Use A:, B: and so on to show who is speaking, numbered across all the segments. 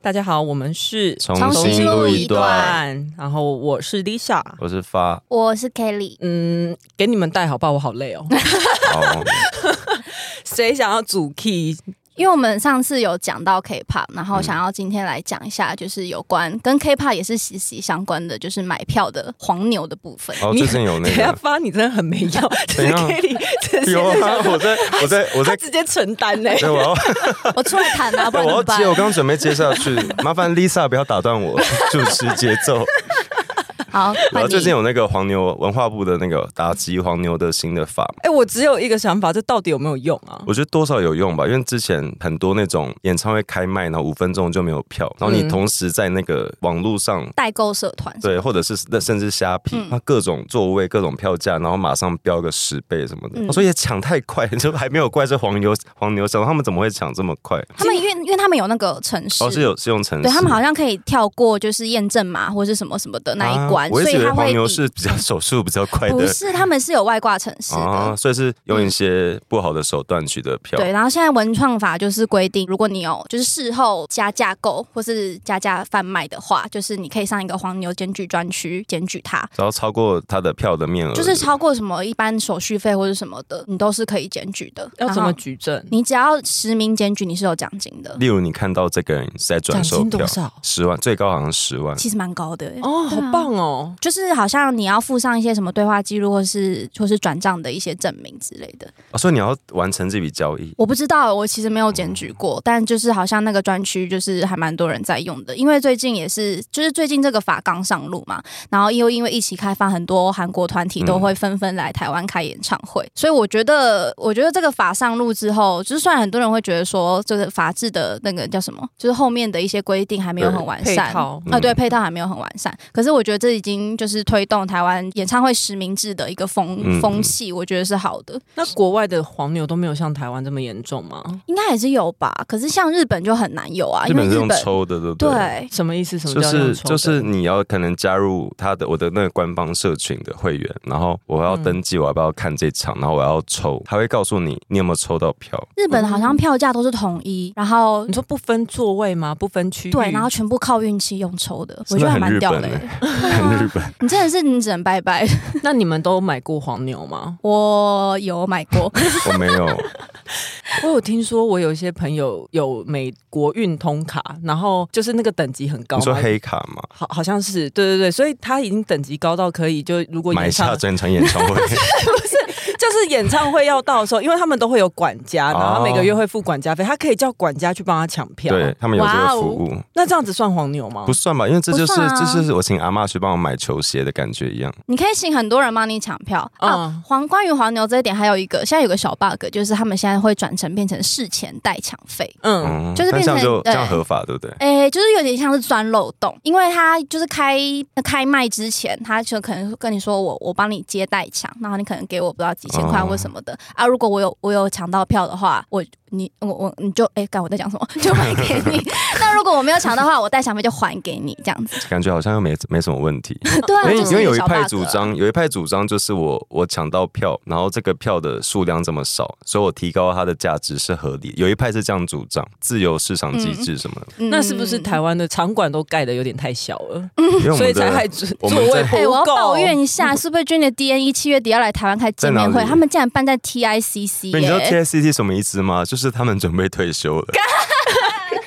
A: 大家好，我们是
B: 重
C: 新录一
A: 段
C: 段，
A: 然后我是 Lisa。
B: 我是发
C: 我是 Kelly，
A: 嗯，给你们带好吧，我好 累哦。
B: 哦，
A: 谁想要主 key？
C: 因为我们上次有讲到 K-pop，然
B: 嗯
C: 后想要今天来讲一下，就是有关跟 K-pop 也是息息相关的，就是买票的黄牛的部分。
B: 哦，
A: 你
B: 最近有
A: 等
B: 那
A: 一下
B: 个
A: 发，你真的很没用，就是
B: 怎样
A: Kelly，这是
B: 有啊，我在我在我
A: 他
B: 在，
A: 直接承担欸 呢、
B: 对，我要
C: 我出来谈 啊，不然
B: 哦我要
C: 怎么办
B: 接，？我刚刚准备接下去，麻烦 Lisa 不要打断我主持节 奏。
C: 好，
B: 然
C: 换
B: 后最近
C: 你。
B: 有那个黄牛文化部的那个打击黄牛的新的法，
A: 哎、我只有一个想法，这到底有没有用啊？
B: 我觉得多少有用吧，因为之前很多那种演唱会开卖，然后五分钟就没有票，然后你
A: 嗯
B: 同时在那个网络上。
C: 代购社团，
B: 对，或者是甚至虾皮，
C: 嗯
B: 它各种座位、各种票价，然后马上标个十倍什么的，
C: 嗯
B: 所以也抢太快， 就还没有怪这黄牛黄牛想他们怎么会抢这么快？
C: 他们因为因为他们有那个城市，
B: 哦，是有是用城市，
C: 对他们好像可以跳过就是验证码或是什么什么的那一关，
B: 啊我一
C: 所
B: 直
C: 以
B: 以为
C: 他会
B: 黄牛
C: 以
B: 是比较 手速比较快
C: 不
B: 的
C: 是他们是有外挂城市的。嗯
B: 啊，所以是用一些不好的手段取得票。
C: 对，然后现在文创法就是规定，如果你有就是事后加价购或是加价贩卖的话，就是你可以上一个黄牛检举专区检举它，
B: 只要超过他的票的面额，
C: 就是超过什么一般手续费或者什么的，你都是可以检举的。
A: 要怎么
C: 然后
A: 举证？
C: 你只要实名检举，你是有奖金的，
B: 例如你看到这个人是在转售
A: 多
B: 票，
A: 少？
B: 十万最高好像十万，
C: 其实蛮高的、欸。
A: 哦，好
C: 对啊
A: 棒哦！
C: 就是好像你要附上一些什么对话记录，或是或是转账的一些证明之类的，
B: 哦所以你要完成这笔交易。
C: 我不知道，我其实没有检举过，但就是好像那个专区就是还蛮多人在用的，因为最近也是，就是最近这个法刚上路嘛，然后又因为一起开放，很多韩国团体
B: 嗯
C: 都会纷纷来台湾开演唱会，所以我觉得，我觉得这个法上路之后，就是虽然很多人会觉得说，这个法制的那个叫什么，就是后面的一些规定还没有很完
A: 配
C: 善，
A: 套
C: 啊，
B: 嗯
C: 对，配套还没有很完善。可是我觉得这已经就是推动台湾演唱会实名制的一个风
B: 嗯
C: 风气，我觉得是好的。
A: 那国外的黄牛都没有像台湾这么严重吗？
C: 应该也是有吧，可是像日本就很难有啊，
B: 日
C: 因为
B: 本是
C: 日
B: 用
C: 本
B: 抽的，对不对？
C: 对，
A: 什么意思？什么
B: 就
A: 叫用
B: 是
A: 抽的
B: 就是你要可能加入他的我的那个官方社群的会员，然后我
A: 嗯
B: 要登记，我要不要看这场，然后我要抽，他会告诉你你有没有抽到票。
C: 日本好像票价都是统一，然后
A: 你说不分座位吗？不分区域？
C: 对，然后全部靠运气用抽的，
B: 真
C: 我
B: 的
C: 觉得还
B: 很
C: 蛮
B: 日
C: 屌
B: 本
C: 的
B: 欸
C: 欸。
B: 很日 本，
C: 你真的是你只能拜拜，
A: 那你们都买过黄牛吗？
C: 我有买过，
B: 我没有，
A: 我有听说，我有一些朋友有美国运通卡，然后就是那个等级很高
B: 你
A: 嘛，
B: 说黑卡吗？
A: 好好像是对对对，所以他已经等级高到可以就如果
B: 买
A: 演
B: 下
A: 唱
B: 整场演唱 会，
A: 就是演唱会要到的时候，因为他们都会有管家，然后他
B: 哦
A: 每个月会付管家费，他可以叫管家去帮他抢票。
B: 对，他们有这个服务，
A: 那这样子算黄牛吗？
B: 不算吧？因为这就是
C: 不算啊
B: 这就是我请阿嬷去帮我买球鞋的感觉一样。
C: 你可以请很多人帮你抢票啊
A: 嗯。
C: 黄关于黄牛这一点，还有一个现在有个小 bug，就是他们现在会转成变成事前代抢费。
A: 嗯，
B: 嗯，
C: 就是
B: 但
C: 变
B: 这样
C: 成
B: 就这
C: 对
B: 样合法，对不对？
C: 诶、就是有点像是钻漏洞，因为他就是开开卖之前，他就可能跟你说我我帮你接待抢，然后你可能给我不知道几千块
B: 哦
C: 或什么的、啊。如果我有我有抢到票的话，我你我我你就诶，刚、我在讲什么， 就卖给 你。那如果我没有抢到的话，我代抢费就还给你这样子。
B: 感觉好像又没没什么问题。
C: 对 啊，
B: 因为
C: 就是
B: 因为有一
C: 小
B: 派
C: bug
B: 主张，有一派主张就是我我抢到票，然后这个票的数量这么少，所以我提高它的价值是合理。有一派是这样主张，自由市场机制什么的，
C: 嗯
A: 那是不是台湾的场馆都盖的有点太小了，
B: 因为我
A: 所以
B: 们
A: 才害
B: 的
A: 座
B: 我
A: 座
B: 们
A: 位
B: 在
A: 不
C: 哎、
A: 够？
C: 我要抱怨一下，Super Junior DNE E 七月底要来台湾开见面
B: 在哪
C: 会，
B: 里
C: 他们竟然办在 TICC
B: 对你知道
C: 耶、
B: TSCT 什么意思吗？就是他们准备退休了。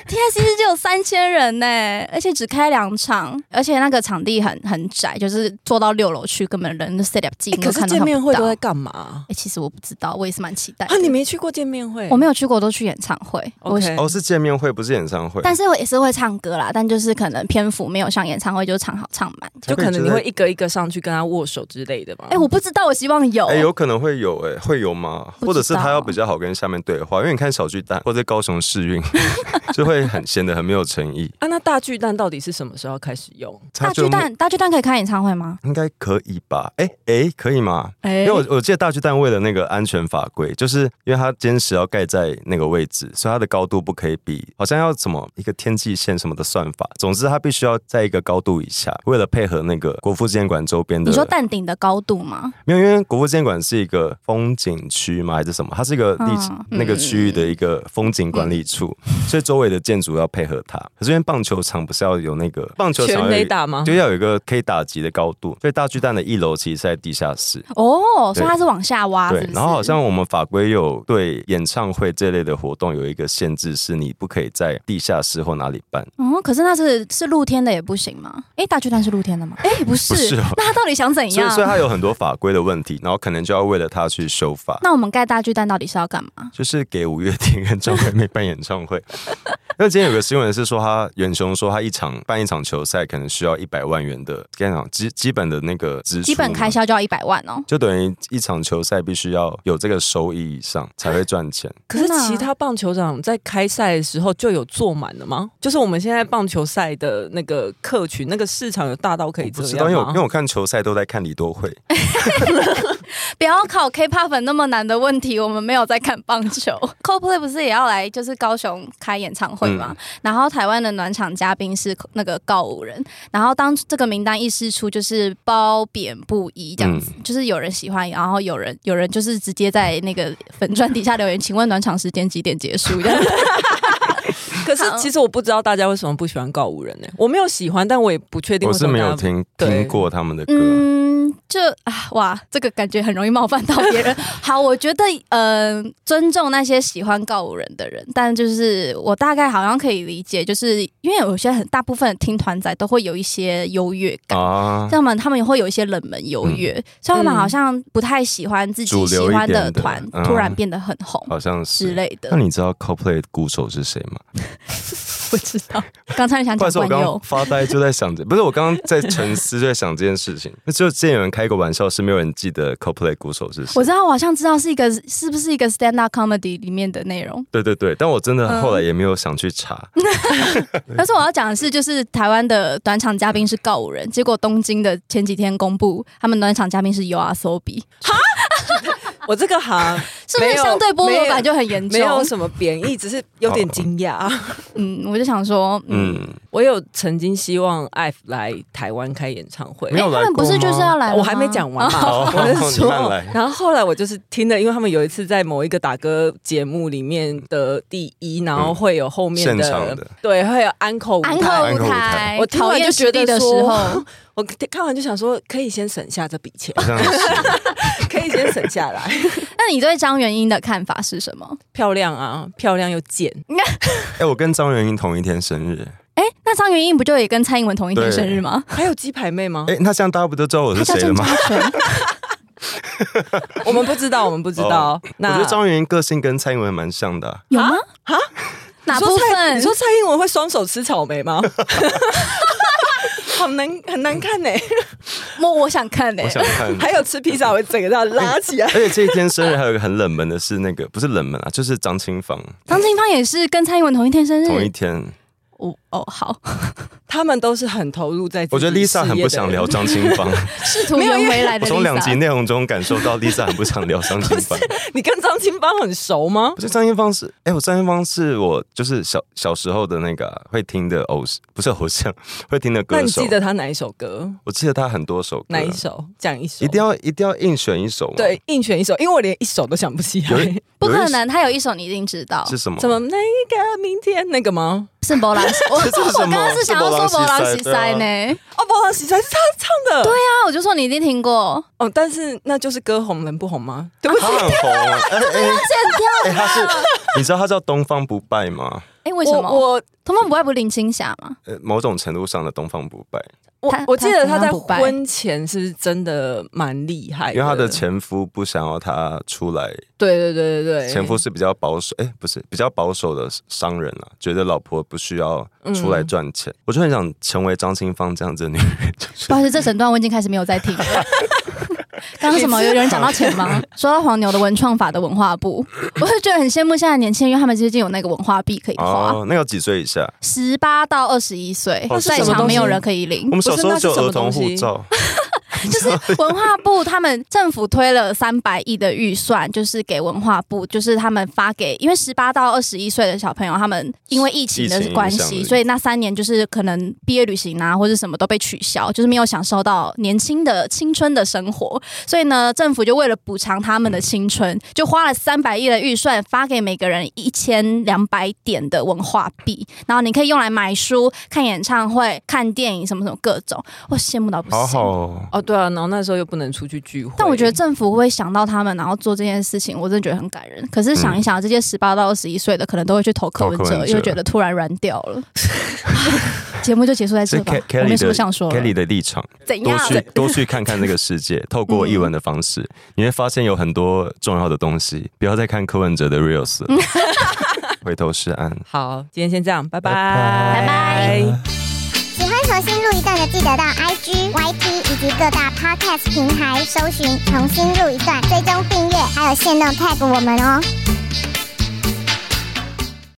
C: TICC 只有三千人呢、而且只开两场，而且那个场地很很窄，就是坐到六楼去，根本人都 set up 进、
A: 哎可是见面会都在干嘛？
C: 哎、其实我不知道，我也是蛮期待的
A: 啊，你没去过见面会？
C: 我没有去过，我都去演唱会。我
A: OK，
B: 哦，是见面会，不是演唱会。
C: 但是我也是会唱歌啦，但就是可能篇幅没有像演唱会就唱好唱满。
A: 就可能你
B: 台北
A: 会
B: 在。
A: 一个一个上去跟他握手之类的吧。
C: 哎、我不知道，我希望有。
B: 哎、有可能会有、哎，会有吗？
C: 不知道
B: 或者是他要比较好跟下面对话，因为你看小巨蛋或者高雄世 运，就会很显得很没有诚意。
A: 啊，那大巨蛋到底是什么时候开始用？
C: 大
B: 他就
C: 巨蛋，大巨蛋可以开演唱会吗？
B: 应该可以吧？哎、哎、可以吗？
A: 哎
B: 因为我我记得大巨蛋为了那个安全法规，就是因为它坚持要盖在那个位置，所以它的高度不可以比，好像要怎么一个天际线什么的算法。总之，它必须要在一个高度以下。为了配合那个国父纪念馆周边的，
C: 你说蛋顶的高度吗？
B: 没有，因为国父纪念馆是一个风景区吗？还是什么？它是一个地、
C: 嗯
B: 那个区域的一个风景管理处，所以周围的建筑要配合它。可是因为棒球场不是要有那个棒球场
A: 全
B: 要有
A: 垒
B: 一个
A: 打吗？
B: 就要有一个可以打击的高度，所以大巨蛋的一楼其实是在地下室。
C: 哦，所
B: 对
C: 以它是往下挖，
B: 对
C: 是不，是
B: 然后好像我们法规有对演唱会这类的活动有一个限制，是你不可以在地下室或哪里办。
C: 哦，可是那是是露天的也不行吗？哎，大巨蛋是露天的吗？哎，不 是，
B: 不是哦
C: 那他到底想怎
B: 所以，
C: 样？
B: 所以它有很多法规的问题，然后可能就要为了它去修法。
C: 那我们盖大巨蛋到底是要干嘛？
B: 就是给五月天跟张惠妹办演唱会。那今天有个新闻是说他，远雄说他一场办一场球赛可能需要一百万元的，跟你讲基基本的那个支出，
C: 基本开，销就要一百万哦。
B: 就等于一场球赛必须要有这个收益以上才会赚钱。
A: 可是
C: 天哪
A: 其他棒球场在开赛的时候就有坐满了吗？就是我们现在棒球赛的那个客群，那个市场有大到可以
B: 不
A: 这
B: 知道，
A: 样
B: 因为我因为
A: 吗？
B: 我看球赛都在看李多惠，
C: 不要考 K-pop 粉那么难的问题，我们没有在看棒 球。Coldplay 不是也要来就是高雄开演唱会
B: 嗯
C: 吗？然后台湾的暖场嘉宾是那个告五人，然后当这个名单一释出，就是褒贬不一这样子，
B: 嗯
C: 就是有人喜欢，然后有人有人就是直接在那个粉砖底下留言，请问暖场时间几点结束？这样子
A: 可是其实我不知道大家为什么不喜欢告五人呢、我没有喜欢，但我也不确定
B: 我
A: 为什
B: 是
A: 么
B: 没
A: 大
B: 有
A: 家不。
B: 听
A: 对
B: 听过他们的歌。
C: 嗯，这啊哇，这个感觉很容易冒犯到 别人。好，我觉得嗯、呃尊重那些喜欢告五人的人，但就是我大概好像可以理解，就是因为有些很大部分的听团仔都会有一些优越感。
B: 啊，
C: 他们他们也会有一些冷门优越，所以他们
A: 嗯
C: 好像不太喜欢自己
B: 主
C: 喜
B: 流一
C: 欢
B: 点
C: 的
B: 的
C: 团
B: 嗯
C: 突然变得很红
B: 好像
C: 之
B: 是。
C: 类的
B: 那。你知道 Coldplay 的鼓手是谁吗？
C: 不知道，刚才你想
B: 不好意思，
C: 讲
B: 我
C: 冠
B: 刚刚
C: 佑，
B: 发呆就在想 着，不是我刚刚在沉思，就在想这件事情。那就之前有人开过玩笑，是没有人记得 CoPlay 鼓手是谁
C: 我。知道，我好像知道是一个是不是一个 stand up comedy 里面的内容。
B: 对对对，但我真
C: 嗯
B: 的后来也没有想去查。
C: 但是我要讲的是，就是台湾的短场嘉宾是告五人，结果东京的前几天公布，他们短场嘉宾是 U R Sobi，
A: 我这个行
C: 是不是相对剥夺感就很严
A: 没有
C: 重？
A: 什么贬义，只是有点惊讶。
C: 嗯，我就想说，嗯，
B: 嗯，
A: 我有曾经希望 IVE 来台湾开演唱会
B: 没。有来过
C: 哎他们不是就是要来了吗，
A: 我还没讲完嘛，
B: 哦
A: 我是说
B: 你慢来，
A: 然后后来我就是听了，因为他们有一次在某一个打歌节目里面的第一，然后会有后面
B: 嗯现场
A: 的，
B: 的
A: 对，会有安口舞
C: 安
A: 台。
C: 可舞
B: 舞
C: 台
B: 台，
A: 我听
C: 讨
A: 完
C: 厌
A: 就觉
C: 实力
A: 得
C: 的时
A: 说
C: 候，
A: 我看完就想说，可以先省下这笔钱
B: 好，像是
A: 可以先省下来。
C: 那你对张元英的看法是 什么？
A: 漂亮啊，漂亮又贱，
B: 哎、我跟张元英同一天生日。
C: 哎，那张元英不就也跟蔡英文同一天生日吗？
A: 还有鸡排妹吗
B: 哎、？那这样大家不都知道我
C: 嗯他
B: 是
C: 叫
B: 谁了
C: 郑嘉
B: 吗？
C: 纯，
A: 我们不知道，我们不知道。
B: 哦我
A: 那
B: 觉得张元英个性跟蔡英文蛮像的啊、
C: 有吗？哪部
A: 你说蔡
C: 分？
A: 你说蔡英文会双手吃草莓吗？ 好难很难看呢、欸
C: 我我想看嘞
B: 我，想看。欸
A: 还有吃披萨，我整个这样拉起 来。
B: 而且这一天生日还有一个很冷门的是那个，不是冷门啊，就是张清芳
C: 张清芳也是跟蔡英文同一天生
B: 同一
C: 日。
B: 天。
C: 哦哦，好，
A: 他们都是很投入在。
B: 我觉得 Lisa 很不想聊，张清 芳，
C: 试图圆回来
B: 我
C: 的啊 Lisa。
B: 从两集内容中感受到 Lisa 很不想聊张清 芳。
A: 你跟张清芳很熟吗
B: 不？是张清芳是，哎、我张清芳是我就是小小时候的那个啊、会听的偶，不是偶像， 会听的歌
A: 那你
B: 手。
A: 记得他哪一首歌？
B: 我记得他很多首歌，
A: 哪
B: 啊
A: 一首？讲一首。
B: 一定要一定要硬选一首吗？，
A: 对，硬选一首，因为我连一首都 想不起
B: 有
A: 来
B: 一。
C: 不
B: 有一
C: 可
B: 首
C: 能，他有一首你一定知道，
B: 是什么？
A: 怎么那个明天那个吗？
C: 是波浪西。我
B: 这是
C: 我
B: 什么
C: 刚刚是想要说波浪西
B: 啊
C: 塞呢，
A: 哦，不好意思，才是他唱的。对
C: 对啊，我就说你一定听过，
A: 哦，但是那就是歌红人不红吗？对不起
B: 他，很红， 哎哎哎，他是，你知道他叫东方不败吗？
C: 哎，为什么？
A: 我
C: 通通不爱不林青霞嘛？
B: 呃，某种程度上的东方不败，
A: 我
C: 他
A: 我我记得他
C: 他
A: 在
C: 不败
A: 婚前是不是真的蛮厉害？
B: 因为他的，前夫不想要他出来，
A: 对对对对对，
B: 前夫是比较保守，哎、不是比较保守的商人啊，觉得老婆不需要出来赚钱。我就很想成为张清芳这样子的女人， 就是
C: 不好意思，这整段我已经开始没有在听 了。刚刚什么？有人讲到钱吗？说到黄牛的文创法的文化部，我就觉得很羡慕现在的年轻人，因为他们最近有那个文化币可以花，
B: 哦，那要几岁以下？
C: 十八到二十一岁
B: 哦，是
C: 在
B: 什么
C: 场
A: 东
C: 没
A: 西
C: 有人可以领
B: 我。们小时候就有儿童
A: 不是那是
B: 护
A: 什
B: 照，
C: 就是文化部他们政府推了三百亿的预算，就是给文化部，就是他们发给，因为十八到二十一岁的小朋友，他们因为疫情的关
B: 疫情影响
C: 系，
B: 力
C: 所以那三年就是可能毕业旅行啊或者什么都被取消，就是没有享受到年轻的青春的生活。所以呢，政府就为了补偿他们的青春，就花了三百亿的预算发给每个人一千两百点的文化币，然后你可以用来买书、看演唱会、看电影什么什么各种，我羡慕到不行。
B: 好好哦，
A: 哦，对啊，然后那时候又不能出去聚会，
C: 但我觉得政府会想到他们，然后做这件事情，我真的觉得很感人。可是想一想，这些十八到二十一岁的，可能都会去投柯文
B: 投柯
C: 哲，
B: 文哲
C: 又觉得突然软掉 了。 节目就结束在
B: 是
C: 这吧
B: Ke-，Kelly
C: 我没什么
B: 的
C: 想说了。
B: Kelly 的立场，
C: 怎
B: 多
C: 样？
B: 去多去看看这个世界，透过译文的方式，你会发现有很多重要的东西。不要再看柯文哲的 reels，了回头是岸。
A: 好，今天先这样，拜拜，
B: 拜
C: 拜
A: 拜。
D: 喜欢重新录一段的，记得到 IG、YT 以及各大 Podcast 平台搜寻“重新录一段”，追踪订阅，还有限定 tag 我们哦。